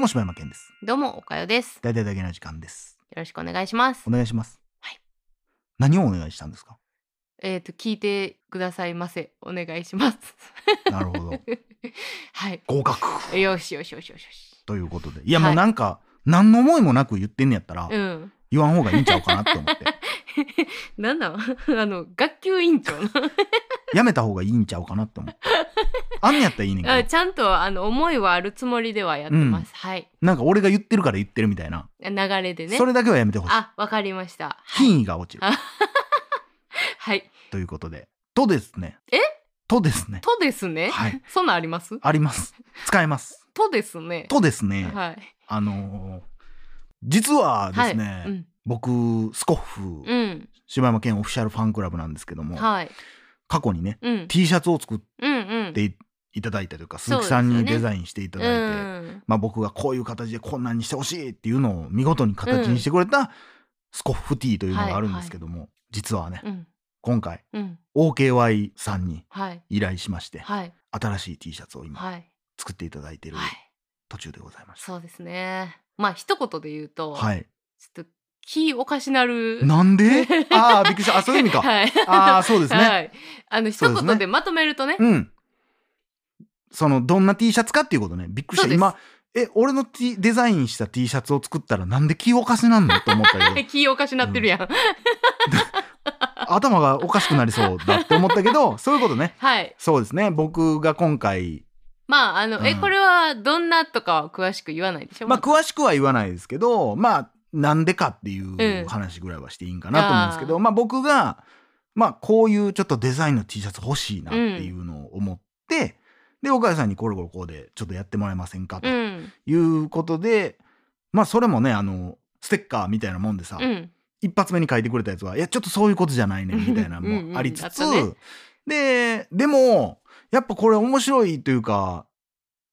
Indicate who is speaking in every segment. Speaker 1: も柴山健です。
Speaker 2: どうも、おかよです。よ
Speaker 1: 大体だけの時間です。
Speaker 2: ろしくお願いします
Speaker 1: お。願いします。
Speaker 2: はい。
Speaker 1: 何をお願いしたんですか
Speaker 2: えっ、と、聞いてくださいませ。お願いします。
Speaker 1: なるほど。
Speaker 2: はい。
Speaker 1: 合格
Speaker 2: よしよしよしよしよし。
Speaker 1: ということで。いや、
Speaker 2: はい
Speaker 1: もうなんか、何の思いもなく言ってんねやったら、
Speaker 2: うん。
Speaker 1: 言わん方がいいんちゃうかなって思って。
Speaker 2: なんなん あの、学級委員長 の。
Speaker 1: やめた方がいいんちゃうかなって思って。あんねやったらいいねん
Speaker 2: あ
Speaker 1: けど、
Speaker 2: ちゃんと、あの、思いはあるつもりではやってます。はい。
Speaker 1: なんか俺が言ってるから言ってるみたいな。
Speaker 2: 流れでね
Speaker 1: そ。れだけはやめてほしい。
Speaker 2: あ、わかりました。はい。
Speaker 1: 品位が落ちる。
Speaker 2: あはい。
Speaker 1: ということで。とですね。
Speaker 2: え
Speaker 1: とですね。
Speaker 2: とですね。
Speaker 1: はい。
Speaker 2: そんなんあります
Speaker 1: あります。使えます。
Speaker 2: とですね。
Speaker 1: とですね。
Speaker 2: はい。
Speaker 1: あのー実はですね、
Speaker 2: はい。うん。
Speaker 1: 僕スコッフ、
Speaker 2: うん。
Speaker 1: 柴山健オフィシャルファンクラブなんですけども、
Speaker 2: はい。
Speaker 1: 過去にね
Speaker 2: うん
Speaker 1: T シャツを作っ
Speaker 2: うんうん。
Speaker 1: ていいただいたというか鈴
Speaker 2: そうで
Speaker 1: 木
Speaker 2: すよ
Speaker 1: さ
Speaker 2: ね
Speaker 1: んにデザインしていただいて、
Speaker 2: うん。
Speaker 1: まあ、僕がこういう形でこんなんにしてほしいっていうのを見事に形にしてくれたスコッフ T というのがあるんですけども、実はね、
Speaker 2: うん。
Speaker 1: 今回
Speaker 2: うん。
Speaker 1: OKY さんに
Speaker 2: はい。
Speaker 1: 依頼しまして、
Speaker 2: はい。
Speaker 1: 新しい T シャツを今
Speaker 2: はい。
Speaker 1: 作っていただいてる
Speaker 2: はい。
Speaker 1: 途中でございました。
Speaker 2: そうですね。まあ、一言で言うと、
Speaker 1: はい、
Speaker 2: ちょっと気おかしなる。
Speaker 1: なんで ああびっくりしたあそういう意味か。
Speaker 2: はい。
Speaker 1: ああそうですね。
Speaker 2: はい。あの、
Speaker 1: そう
Speaker 2: 一
Speaker 1: ですね
Speaker 2: 言でまとめるとね。
Speaker 1: うん。そのどんな T シャツかっていうことね。びっくりし
Speaker 2: そ
Speaker 1: た。
Speaker 2: うです、
Speaker 1: 今、え、俺の、T、デザインした T シャツを作ったらなんで気おかしなんのと思ったけど
Speaker 2: 気おかしなってるやん。
Speaker 1: 頭がおかしくなりそうだって思ったけ ど、そういうことね。
Speaker 2: はい。
Speaker 1: そうですね。僕が今回、
Speaker 2: まあ、あの、え、
Speaker 1: うん
Speaker 2: これはどんなとかは詳しく言わないでしょ
Speaker 1: まあ
Speaker 2: ず
Speaker 1: 詳しくは言わないですけど、まあなんでかってい
Speaker 2: うん
Speaker 1: う話ぐらいはしていいんかなと思うんですけど、
Speaker 2: あー
Speaker 1: まあ僕が、まあこういうちょっとデザインの T シャツ欲しいなっていうのを思って、で、岡谷さんにこれこれこうでちょっとやってもらえませんかと。
Speaker 2: うん。
Speaker 1: いうことでまあそれもねあのステッカーみたいなもんでさ、
Speaker 2: うん。
Speaker 1: 一発目に書いてくれたやつはいやちょっとそういうことじゃないねんみたいなの
Speaker 2: うんうん
Speaker 1: もありつつ、
Speaker 2: あったね
Speaker 1: ででもやっぱこれ面白いというか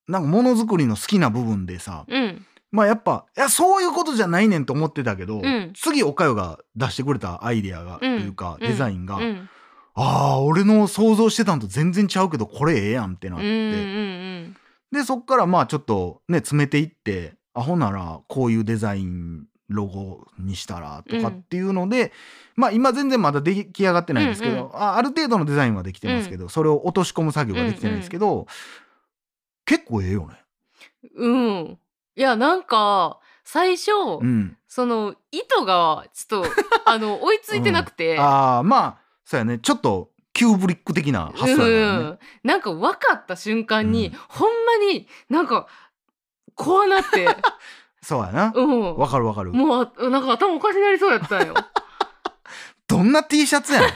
Speaker 1: なんかものづくりの好きな部分でさ
Speaker 2: うん。
Speaker 1: まあやっぱいやそういうことじゃないねんと思ってたけど、
Speaker 2: うん
Speaker 1: 次おかよが出してくれたアイデアが、
Speaker 2: ん
Speaker 1: というか
Speaker 2: うん
Speaker 1: デザインが、
Speaker 2: うん。うん
Speaker 1: ああ俺の想像してたんと全然ちゃうけどこれええやんってなっ
Speaker 2: うん
Speaker 1: て。
Speaker 2: うん。
Speaker 1: でそっからまあちょっとね詰めていってアホならこういうデザインロゴにしたらとかっていうので、まあ今全然まだ出来上がってないんですけど、
Speaker 2: うんう
Speaker 1: あある程度のデザインはできてますけど、それを落とし込む作業ができてないんですけど、結構ええよね。
Speaker 2: うん。いや、なんか、最初、
Speaker 1: うん、
Speaker 2: その、意図が、ちょっと、あの、追いついてなくて。
Speaker 1: ああまあそうやねちょっとキューブリック的な発想やからね。
Speaker 2: うん、なんか分かった瞬間に、
Speaker 1: うん
Speaker 2: ほんまになんかこう なって、
Speaker 1: そうやな。
Speaker 2: うん、
Speaker 1: わかるわかる。
Speaker 2: もうあなんか頭おかしなりそうやった んよ。
Speaker 1: どんな T シャ ツやねん。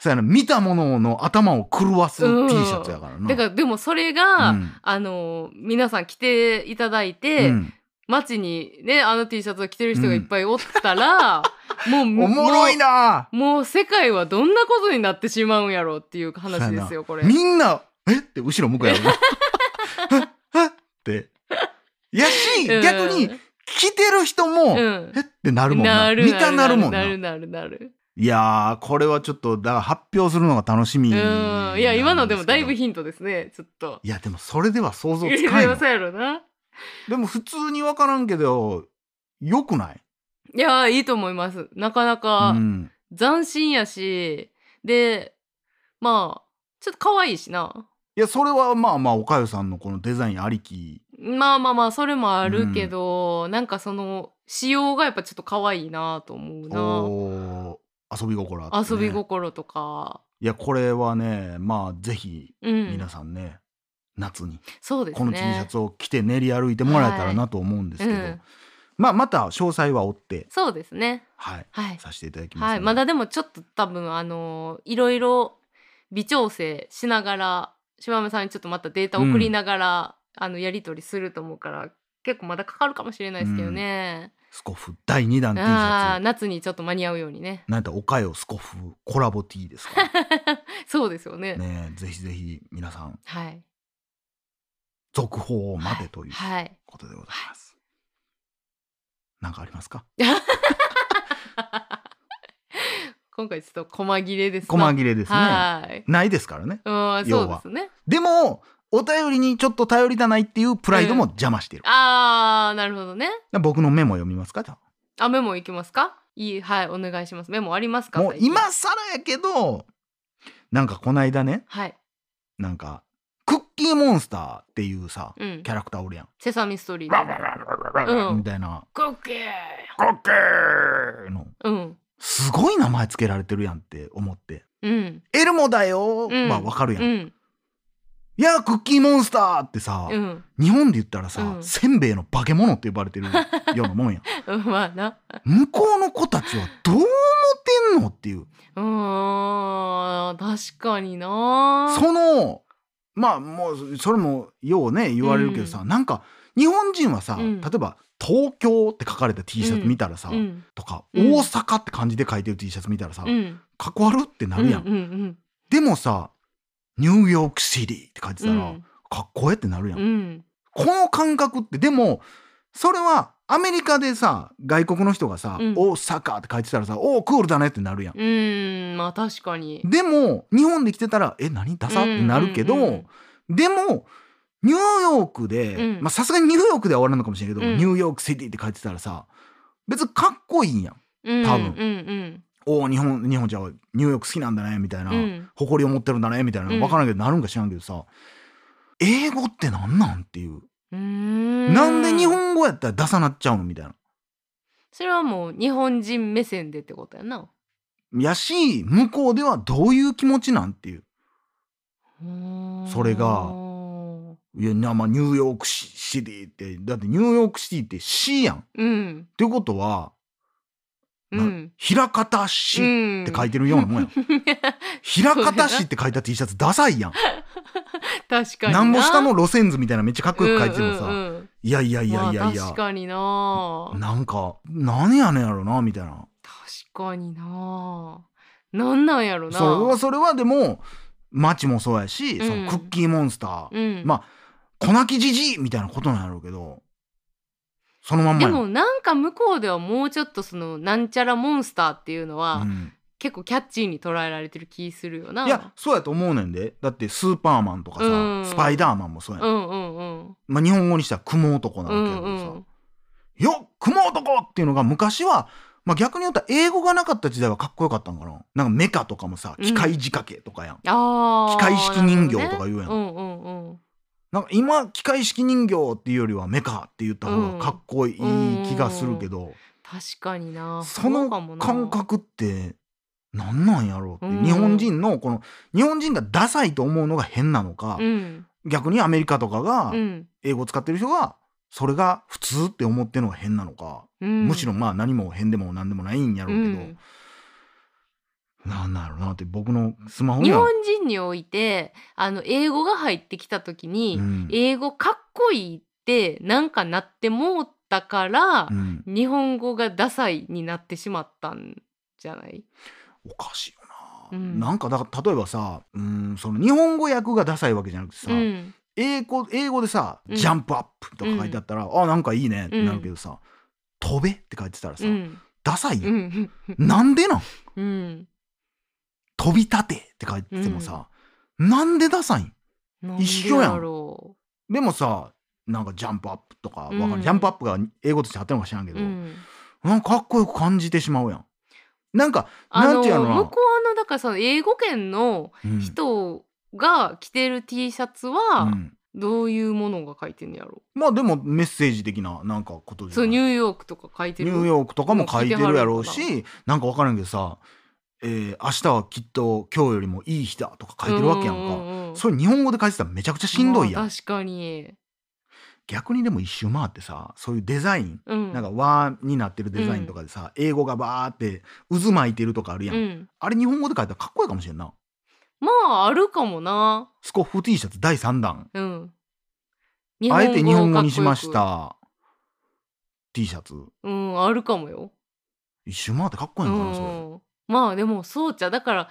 Speaker 1: そうやな見たものの頭を狂わす T シャツやからな。
Speaker 2: だからでもそれが、
Speaker 1: うん
Speaker 2: あの皆さん着ていただいて、
Speaker 1: うん
Speaker 2: 街にねあの T シャツを着てる人がいっぱいおっ たら、もう
Speaker 1: おもろいな
Speaker 2: もうもう世界はどんなことになってしまうんやろうっていう話ですよこれ。
Speaker 1: みんな「えっ?」て後ろ向くやろな えっってやし
Speaker 2: うん
Speaker 1: 逆に来てる人も「
Speaker 2: うん
Speaker 1: えっ?」てなるもん
Speaker 2: な
Speaker 1: な
Speaker 2: る
Speaker 1: 見たなるもんな
Speaker 2: なる
Speaker 1: い
Speaker 2: なるなる。
Speaker 1: やーこれはちょっとだから発表するのが楽しみ
Speaker 2: うん、いや今のでもだいぶ
Speaker 1: い
Speaker 2: ヒントですねちょっと。
Speaker 1: やでもそれでは想像
Speaker 2: い
Speaker 1: つ
Speaker 2: や
Speaker 1: か
Speaker 2: で
Speaker 1: ん
Speaker 2: も
Speaker 1: よ
Speaker 2: そうやろな。
Speaker 1: でも普通に分からんけどよくない、
Speaker 2: いやーいいと思います。なかな
Speaker 1: う
Speaker 2: か
Speaker 1: ん、
Speaker 2: 斬新やし、でまあちょっと可愛いしな。
Speaker 1: いやそれはまあまあおかよさんのこのデザインありき
Speaker 2: まあまあまあそれもあるけど、なんかその仕様がやっぱちょっと可愛いなと思うな。
Speaker 1: おー遊び心あって、
Speaker 2: 遊
Speaker 1: ね、
Speaker 2: び心とか。
Speaker 1: いやこれはねまあぜひ
Speaker 2: うん
Speaker 1: 皆、さんね、夏に
Speaker 2: そうですね。
Speaker 1: この T シャツを着て練り歩いてもらえたらなと思うんですけど、
Speaker 2: うん、
Speaker 1: まあまた詳細は追って、
Speaker 2: そうですね。
Speaker 1: はい、
Speaker 2: はい。
Speaker 1: させていただきますの
Speaker 2: は
Speaker 1: で、
Speaker 2: い、まだでもちょっと多分あのーいろいろ微調整しながら柴山さんにちょっとまたデータ送りながら、あのやり取りすると思うから結構まだかかるかもしれないですけどね、
Speaker 1: スコフ第2弾 T シ
Speaker 2: ああ
Speaker 1: ャツ
Speaker 2: 夏にちょっと間に合うようにね
Speaker 1: なんだおかよスコフコラボ T ですから
Speaker 2: そうですよね
Speaker 1: ねぜひぜひ皆さん
Speaker 2: はい
Speaker 1: 続報を待てという
Speaker 2: はい
Speaker 1: ことでございます、なんかありますか
Speaker 2: 今回ちょっと細切れですな
Speaker 1: 細切れですね
Speaker 2: はい
Speaker 1: ないですからね
Speaker 2: うんそうですね
Speaker 1: でもお便りにちょっと頼りだないっていうプライドも邪魔してる、
Speaker 2: あーなるほどね
Speaker 1: 僕のメモ読みますかじゃ
Speaker 2: あメモいきますかいいはいお願いしますメモあります
Speaker 1: あ
Speaker 2: か
Speaker 1: もう
Speaker 2: 最近
Speaker 1: 今更やけどなんかこないだね
Speaker 2: はい
Speaker 1: なんかクッキーモンスターっていうさ
Speaker 2: うん
Speaker 1: キャラクターおるやん、
Speaker 2: セサミストーリーうん
Speaker 1: みたいな
Speaker 2: クッキー
Speaker 1: クッキーの
Speaker 2: うん
Speaker 1: すごい名前つけられてるやんって思って
Speaker 2: うん
Speaker 1: エルモだよ
Speaker 2: うん
Speaker 1: まあわかるやん、
Speaker 2: う
Speaker 1: い
Speaker 2: ん
Speaker 1: やクッキーモンスターってさ、
Speaker 2: うん
Speaker 1: 日本で言ったらさ、
Speaker 2: うん
Speaker 1: せんべいの化け物って呼ばれてるような もんやん
Speaker 2: うんまあな
Speaker 1: 向こうの子たちはどう思ってんのっていう
Speaker 2: うーん確かにな
Speaker 1: そのまあもうそれもようね言われるけどさ、なんか日本人はさ、
Speaker 2: うん
Speaker 1: 例えば「東京」って書かれた T シャツ見たらさ、
Speaker 2: うん
Speaker 1: とか「
Speaker 2: うん
Speaker 1: 大阪」って漢字で書いてる T シャツ見たらさ、
Speaker 2: うん
Speaker 1: かっこ悪ってなるやん。
Speaker 2: うんうん
Speaker 1: でもさ「ニューヨークシティ」って書いて
Speaker 2: う
Speaker 1: たら、
Speaker 2: ん
Speaker 1: かっこええってなるやん。
Speaker 2: うん
Speaker 1: この感覚ってでもそれはアメリカでさ外国の人がさ「
Speaker 2: うん
Speaker 1: 大阪」って書いてたらさ「おおクールだね」ってなるやん。
Speaker 2: うんまあ確かに
Speaker 1: でも日本で来てたら「え何ダサ?」ってなるけど、
Speaker 2: うんうん
Speaker 1: でもニューヨークで
Speaker 2: うん
Speaker 1: まあさすがにニューヨークでは終わらんのかもしれんけど、
Speaker 2: うん
Speaker 1: ニューヨークシティって書いてたらさ別にかっこいいやん。
Speaker 2: うん
Speaker 1: 多分
Speaker 2: うんうん
Speaker 1: おお日本日本じゃニューヨーク好きなんだねみたいな、
Speaker 2: うん
Speaker 1: 誇りを持ってるんだねみたいな
Speaker 2: うん
Speaker 1: 分からんけどなるんか知らんけどさ英語ってなんなんっていう、
Speaker 2: うーん
Speaker 1: なんで日本語やったらダサなっちゃうのみたいな。
Speaker 2: それはもう日本人目線でってことやな
Speaker 1: やし向こうではどういう気持ちなんっていう
Speaker 2: うーん
Speaker 1: それがいやなまあニューヨークシシティってだってニューヨークシティって「シ」やん。っ
Speaker 2: うん
Speaker 1: ていうことは
Speaker 2: うん
Speaker 1: 枚方市っ
Speaker 2: って
Speaker 1: 書いてるようなもんや ん。枚方市って書いた T シャツダサいやん。
Speaker 2: 確かに
Speaker 1: なんぼ下の路線図みたいなめっちゃかっこよく書いててもさ、
Speaker 2: うんうんうん
Speaker 1: いやいやいやいやい
Speaker 2: まあ
Speaker 1: や
Speaker 2: 確、かにな
Speaker 1: なんかなんやねんやろなみたいな。
Speaker 2: 確かにななんなんやろな
Speaker 1: それはそれはでも街もそうやし、
Speaker 2: うん
Speaker 1: そのクッキーモンスター、
Speaker 2: うん
Speaker 1: まあ粉木じじいみたいなことなんやろうけどそのまんま
Speaker 2: で
Speaker 1: やん
Speaker 2: もなんか向こうではもうちょっとそのなんちゃらモンスターっていうのは
Speaker 1: うん
Speaker 2: 結構キャッチーに捉えられてる気するよない
Speaker 1: やそうやと思うねんでだってスーパーマンとかさ、
Speaker 2: うん
Speaker 1: スパイダーマンもそうやん、
Speaker 2: うんうんうん
Speaker 1: まあ、日本語にしたら雲男な
Speaker 2: う
Speaker 1: わけや
Speaker 2: ん
Speaker 1: け
Speaker 2: う
Speaker 1: どさ、
Speaker 2: ん
Speaker 1: よっ雲男っていうのが昔は、まあ、逆に言うと英語がなかった時代はかっこよかったんかななんかメカとかもさ
Speaker 2: うん
Speaker 1: 機械仕掛けとかやん、
Speaker 2: あー
Speaker 1: 機械式人形とか言うやん
Speaker 2: なるほどねうんうんうん
Speaker 1: なんか今機械式人形っていうよりはメカって言った方がかっこいい気がするけど、
Speaker 2: 確かにな
Speaker 1: そうの
Speaker 2: かもな
Speaker 1: 感覚ってなんなんやろうって、
Speaker 2: うん
Speaker 1: 日本人のこの日本人がダサいと思うのが変なのか、
Speaker 2: うん
Speaker 1: 逆にアメリカとかが
Speaker 2: うん
Speaker 1: 英語使ってる人がそれが普通って思ってるのが変なのか、
Speaker 2: うん
Speaker 1: むしろまあ何も変でも何でもないんやろうけど、
Speaker 2: うん
Speaker 1: なんだろうなって僕のスマホに
Speaker 2: 日
Speaker 1: は
Speaker 2: 本人においてあの英語が入ってきた時に、
Speaker 1: うん
Speaker 2: 英語かっこいいってなんかなってもうたから
Speaker 1: う、ん、
Speaker 2: 日本語がダサいになってしまったんじゃない
Speaker 1: おかしいよな、
Speaker 2: うん
Speaker 1: なんかだから例えばさうんその日本語訳がダサいわけじゃなくてさ、
Speaker 2: うん
Speaker 1: 英語英語でさ「
Speaker 2: うん
Speaker 1: ジャンプアップ」とか書いてあったら「あなんかいいね」ってなるけどさ「飛べ」って書いてたらさ、
Speaker 2: うん
Speaker 1: ダサいや、
Speaker 2: うんん
Speaker 1: なんでなん
Speaker 2: うん
Speaker 1: 飛び立てって書いててもさ、なんでダサいん
Speaker 2: なん
Speaker 1: 一緒やん
Speaker 2: でろ
Speaker 1: でもさなんかジャンプアップとかわかる、
Speaker 2: うん
Speaker 1: ジャンプアップが英語としてあったのか知らんけ
Speaker 2: う
Speaker 1: ど、
Speaker 2: うん
Speaker 1: なんかかっこよく感じてしまうやんなんか
Speaker 2: あ
Speaker 1: な
Speaker 2: の
Speaker 1: んていうのかな
Speaker 2: 向こうのだからその英語圏の
Speaker 1: うん
Speaker 2: 人が着てる T シャツ
Speaker 1: う
Speaker 2: は
Speaker 1: ん
Speaker 2: どういうものが書いてんのやろ
Speaker 1: まあでもメッセージ的ななんかことじゃ
Speaker 2: そう
Speaker 1: ない
Speaker 2: ニューヨークとか書いて
Speaker 1: ニ
Speaker 2: る
Speaker 1: ューヨークとかも書いてるやろう
Speaker 2: もう
Speaker 1: しなんか分からんけどさ、えー明日はきっと今日よりもいい日だ」とか書いてるわけやんか、
Speaker 2: うううう
Speaker 1: それ日本語で書いてたらめちゃくちゃしんどいやん、
Speaker 2: まあ確かに、
Speaker 1: 逆にでも一周回ってさそういうデザイン
Speaker 2: うん、
Speaker 1: なんか和になってるデザインとかでさ、英語がバーって渦巻いてるとかあるやん、
Speaker 2: うん、
Speaker 1: あれ日本語で書いたらかっこいいかもしれんな
Speaker 2: まああるかもな
Speaker 1: スコッフ T シャツ第3弾
Speaker 2: うん
Speaker 1: あえて日本語に
Speaker 2: をかっこよく
Speaker 1: しました T シャツ
Speaker 2: うんあるかもよ
Speaker 1: 一周回ってかっこ
Speaker 2: う
Speaker 1: いいのかなそれ、
Speaker 2: んまあでもそうじゃだから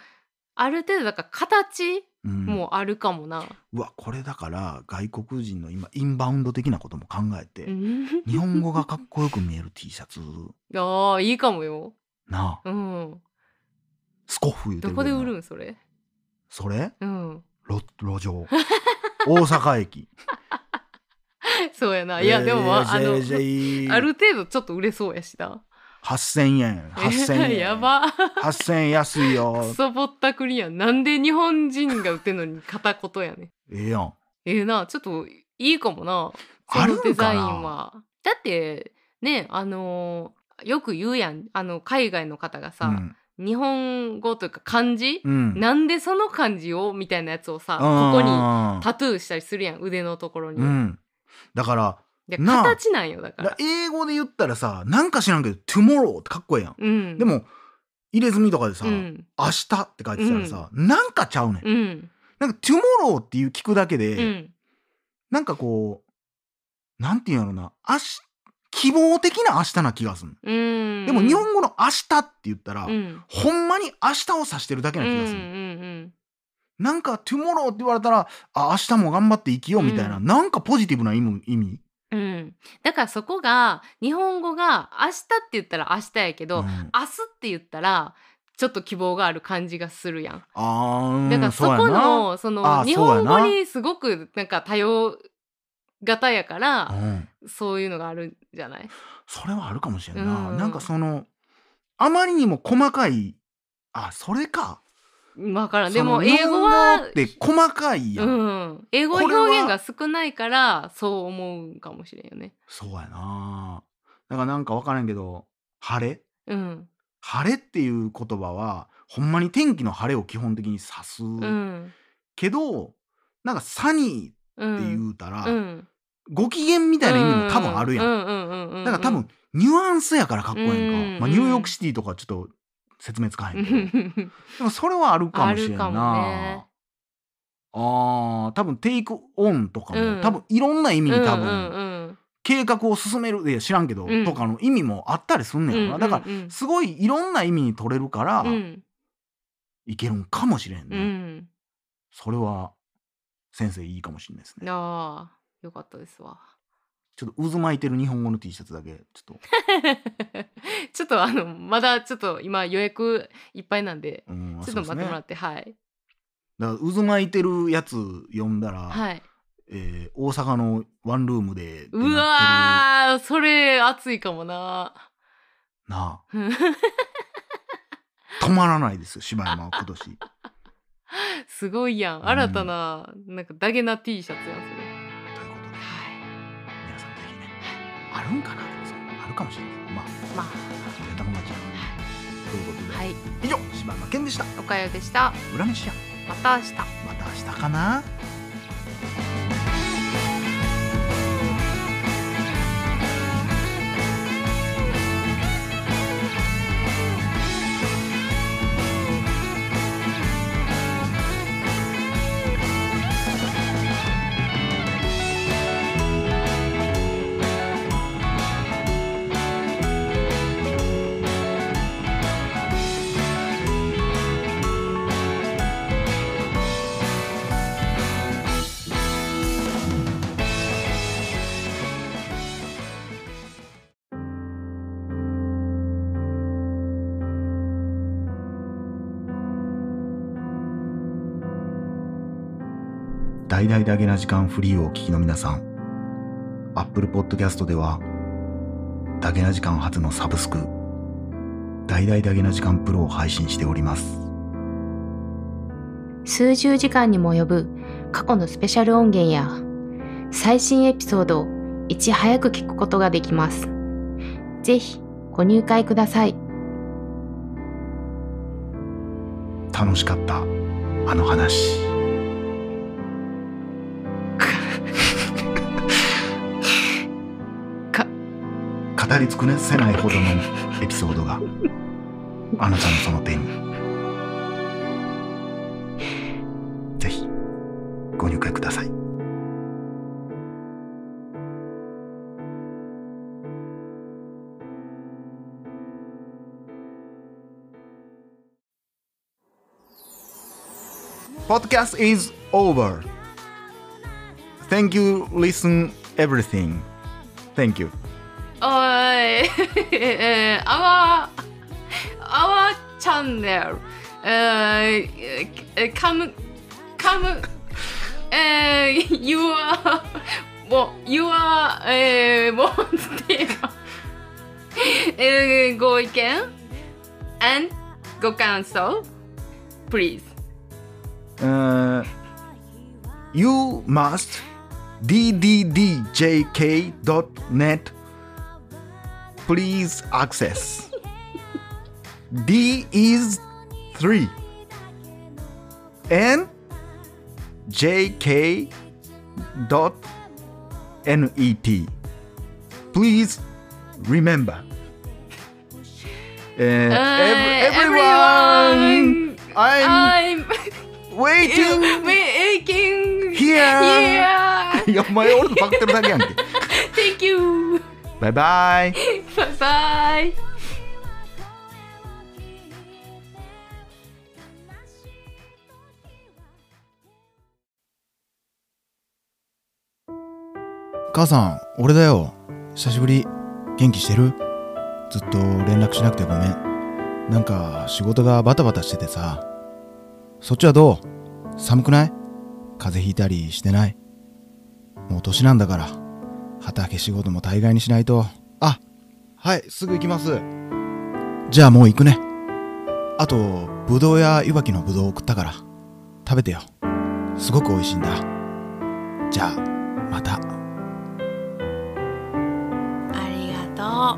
Speaker 2: ある程度だから形
Speaker 1: うん
Speaker 2: もあるかもな、
Speaker 1: うわこれだから外国人の今インバウンド的なことも考えて、
Speaker 2: うん、
Speaker 1: 日本語がかっこよく見える T シャツ
Speaker 2: ああいいかもよ
Speaker 1: なあ
Speaker 2: うん
Speaker 1: スコッフ言うて
Speaker 2: ど
Speaker 1: る
Speaker 2: こ
Speaker 1: け
Speaker 2: で
Speaker 1: な
Speaker 2: 売るんそれ
Speaker 1: それ
Speaker 2: うん
Speaker 1: 路路上大阪駅
Speaker 2: そうやな。いや、でも、ああの、
Speaker 1: えーじゃあじゃあ
Speaker 2: ある程度ちょっと売れそうやしな。
Speaker 1: 8000円8000円
Speaker 2: やば。
Speaker 1: 8000円安い
Speaker 2: ク
Speaker 1: よ
Speaker 2: ソぼったくりやん。なんで日本人が売ってんのに片言やねん。
Speaker 1: ええやん
Speaker 2: ええな、ちょっといいかもな。そ
Speaker 1: あるん
Speaker 2: の
Speaker 1: かな
Speaker 2: デザインは。だって、ね、あのーよく言うやん。あの、海外の方がさ、日本語というか漢字、
Speaker 1: うんうん
Speaker 2: なんでその漢字をみたいなやつをさ、
Speaker 1: あー
Speaker 2: ここにタトゥーしたりするやん。腕のところに。
Speaker 1: うんだから
Speaker 2: で、
Speaker 1: なあ
Speaker 2: 形なんよ、だか
Speaker 1: だから
Speaker 2: ら。
Speaker 1: 英語で言ったらさなんか知らんけど「tomorrow」ってかっこええやん、
Speaker 2: うん。
Speaker 1: で、も入れ墨とかでさ「
Speaker 2: うん。
Speaker 1: 明日」って書いてたらさ、なんかちゃうねん、
Speaker 2: うん。
Speaker 1: なんか「tomorrow」っていう聞くだけで、
Speaker 2: うん。
Speaker 1: なんかこうなんていうんやろな明日希望的な明日な気がする、
Speaker 2: うん。
Speaker 1: でも日本語の「明日」って言ったら、
Speaker 2: うん。
Speaker 1: ほんまに明日を指してるだけな気がする、
Speaker 2: うんうんうん
Speaker 1: なんか「tomorrow」って言われたらあ明日も頑張って生きようみたいな、
Speaker 2: う
Speaker 1: なんかポジティブな意味意味、
Speaker 2: うん、だからそこが日本語が「明日」って言ったら明日やけど、
Speaker 1: うん
Speaker 2: 明日って言ったらちょっと希望がある感じがするやん。
Speaker 1: あーうん
Speaker 2: だからそこ
Speaker 1: うやな
Speaker 2: のそ
Speaker 1: あ
Speaker 2: の
Speaker 1: ー
Speaker 2: 日
Speaker 1: そうや
Speaker 2: 本
Speaker 1: な
Speaker 2: 語にすごくなんか多様型やから
Speaker 1: うん
Speaker 2: そういうのがあるんじゃない
Speaker 1: それはあるかもしれんな、
Speaker 2: うん
Speaker 1: なんかそのあまりにも細かいあそれか
Speaker 2: わからん
Speaker 1: そ
Speaker 2: で
Speaker 1: の
Speaker 2: も英語
Speaker 1: 日
Speaker 2: は
Speaker 1: 本語、って細かいやん、
Speaker 2: うん、英語
Speaker 1: これは
Speaker 2: 表現が少ないからそう思うんかもしれんよね。
Speaker 1: そうやなだからなんか分からんけど「晴れ」
Speaker 2: うん
Speaker 1: 「晴れ」っていう言葉はほんまに天気の晴れを基本的に指す、
Speaker 2: うん
Speaker 1: けどなんか「サニ
Speaker 2: う
Speaker 1: ー」
Speaker 2: ん、
Speaker 1: って言うたら、
Speaker 2: うん
Speaker 1: ご機嫌みたいな意味も多分あるやん、
Speaker 2: うんうんうんうんうん、
Speaker 1: だから多分ニュアンスやからかっこええんか、
Speaker 2: うん
Speaker 1: まあ、ニューヨークシティとかちょっと説明つかへんけど、でもそれはあるかもしれん
Speaker 2: あるか
Speaker 1: な。
Speaker 2: もね
Speaker 1: あー多分テイクオンとかも、
Speaker 2: うん
Speaker 1: 多分いろんな意味に多分、
Speaker 2: うんうん
Speaker 1: 計画を進めるいや知らんけど、
Speaker 2: うん
Speaker 1: とかの意味もあったりすん
Speaker 2: うん
Speaker 1: ねやろな、だから
Speaker 2: うんうん
Speaker 1: すごいいろんな意味に取れるから、
Speaker 2: うん
Speaker 1: いけるんかもしれん
Speaker 2: う
Speaker 1: ね、
Speaker 2: ん、
Speaker 1: それは先生いいかもしれないですね
Speaker 2: ああよかったですわ
Speaker 1: ちょっと渦巻いてる日本語の T シャツだけちょっと、
Speaker 2: ちょっとあのまだちょっと今予約いっぱいなんで
Speaker 1: うん、
Speaker 2: ちょっと待ってもら
Speaker 1: っ
Speaker 2: ってて、はい
Speaker 1: だから渦巻いてるやつ読んだら、
Speaker 2: はい
Speaker 1: えー大阪のワンルームでってなってる
Speaker 2: うわーそれ熱いかもな
Speaker 1: なあ
Speaker 2: うん
Speaker 1: 止まらないですよ柴山は今年
Speaker 2: すごいやん新たな、なんかダゲな T シャツやんそれ
Speaker 1: ということで
Speaker 2: は
Speaker 1: 皆さんぜひねあるんかなでもそんなあるかもしれないけどまあ
Speaker 2: いま
Speaker 1: やったもん勝ちやということで、
Speaker 2: あはい
Speaker 1: 以上柴山健でした
Speaker 2: おかよでした
Speaker 1: 裏飯や
Speaker 2: また明日
Speaker 1: また明日かな大々だけな時間フリーをお聞きの皆さん Apple Podcast ではだけな時間初のサブスク大々だけな時間プロを配信しております
Speaker 3: 数十時間にも及ぶ過去のスペシャル音源や最新エピソードをいち早く聞くことができます。ぜひご入会ください。
Speaker 1: 楽しかったあの話
Speaker 2: か
Speaker 1: 語り尽くせないほどのエピソードがあなたのその手にぜひご入会ください「Podcast is over」「Thank you listen everything」「Thank you」
Speaker 2: おー い、えー、あわ、あわチャンネル、えー、えー、カム、カム、えー、you are もう you are えー、 もうってえー、ご意見 and ご感想 please
Speaker 1: えー Uh, You must dddjk.net Please access D is 3 and jk.net Please remember Uh, ev- everyone
Speaker 2: everyone
Speaker 1: I'm
Speaker 2: I'm
Speaker 1: waiting
Speaker 2: making
Speaker 1: here
Speaker 2: yeah
Speaker 1: いやお前俺とパクってるだけやんけ
Speaker 2: thank you
Speaker 1: バイバイ
Speaker 2: bye bye
Speaker 1: 「母さん俺だよ久しぶり元気してるずっと連絡しなくてごめんなんか仕事がバタバタしててさそっちはどう寒くない風邪ひいたりしてないもう年なんだから畑仕事も大概にしないとあはいすぐ行きますじゃあもう行くねあとぶどうやいわきのぶどうを食ったから食べてよすごく美味しいんだじゃあまた。
Speaker 2: ありがと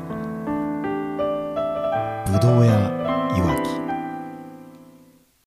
Speaker 2: う
Speaker 1: ぶどうやいわき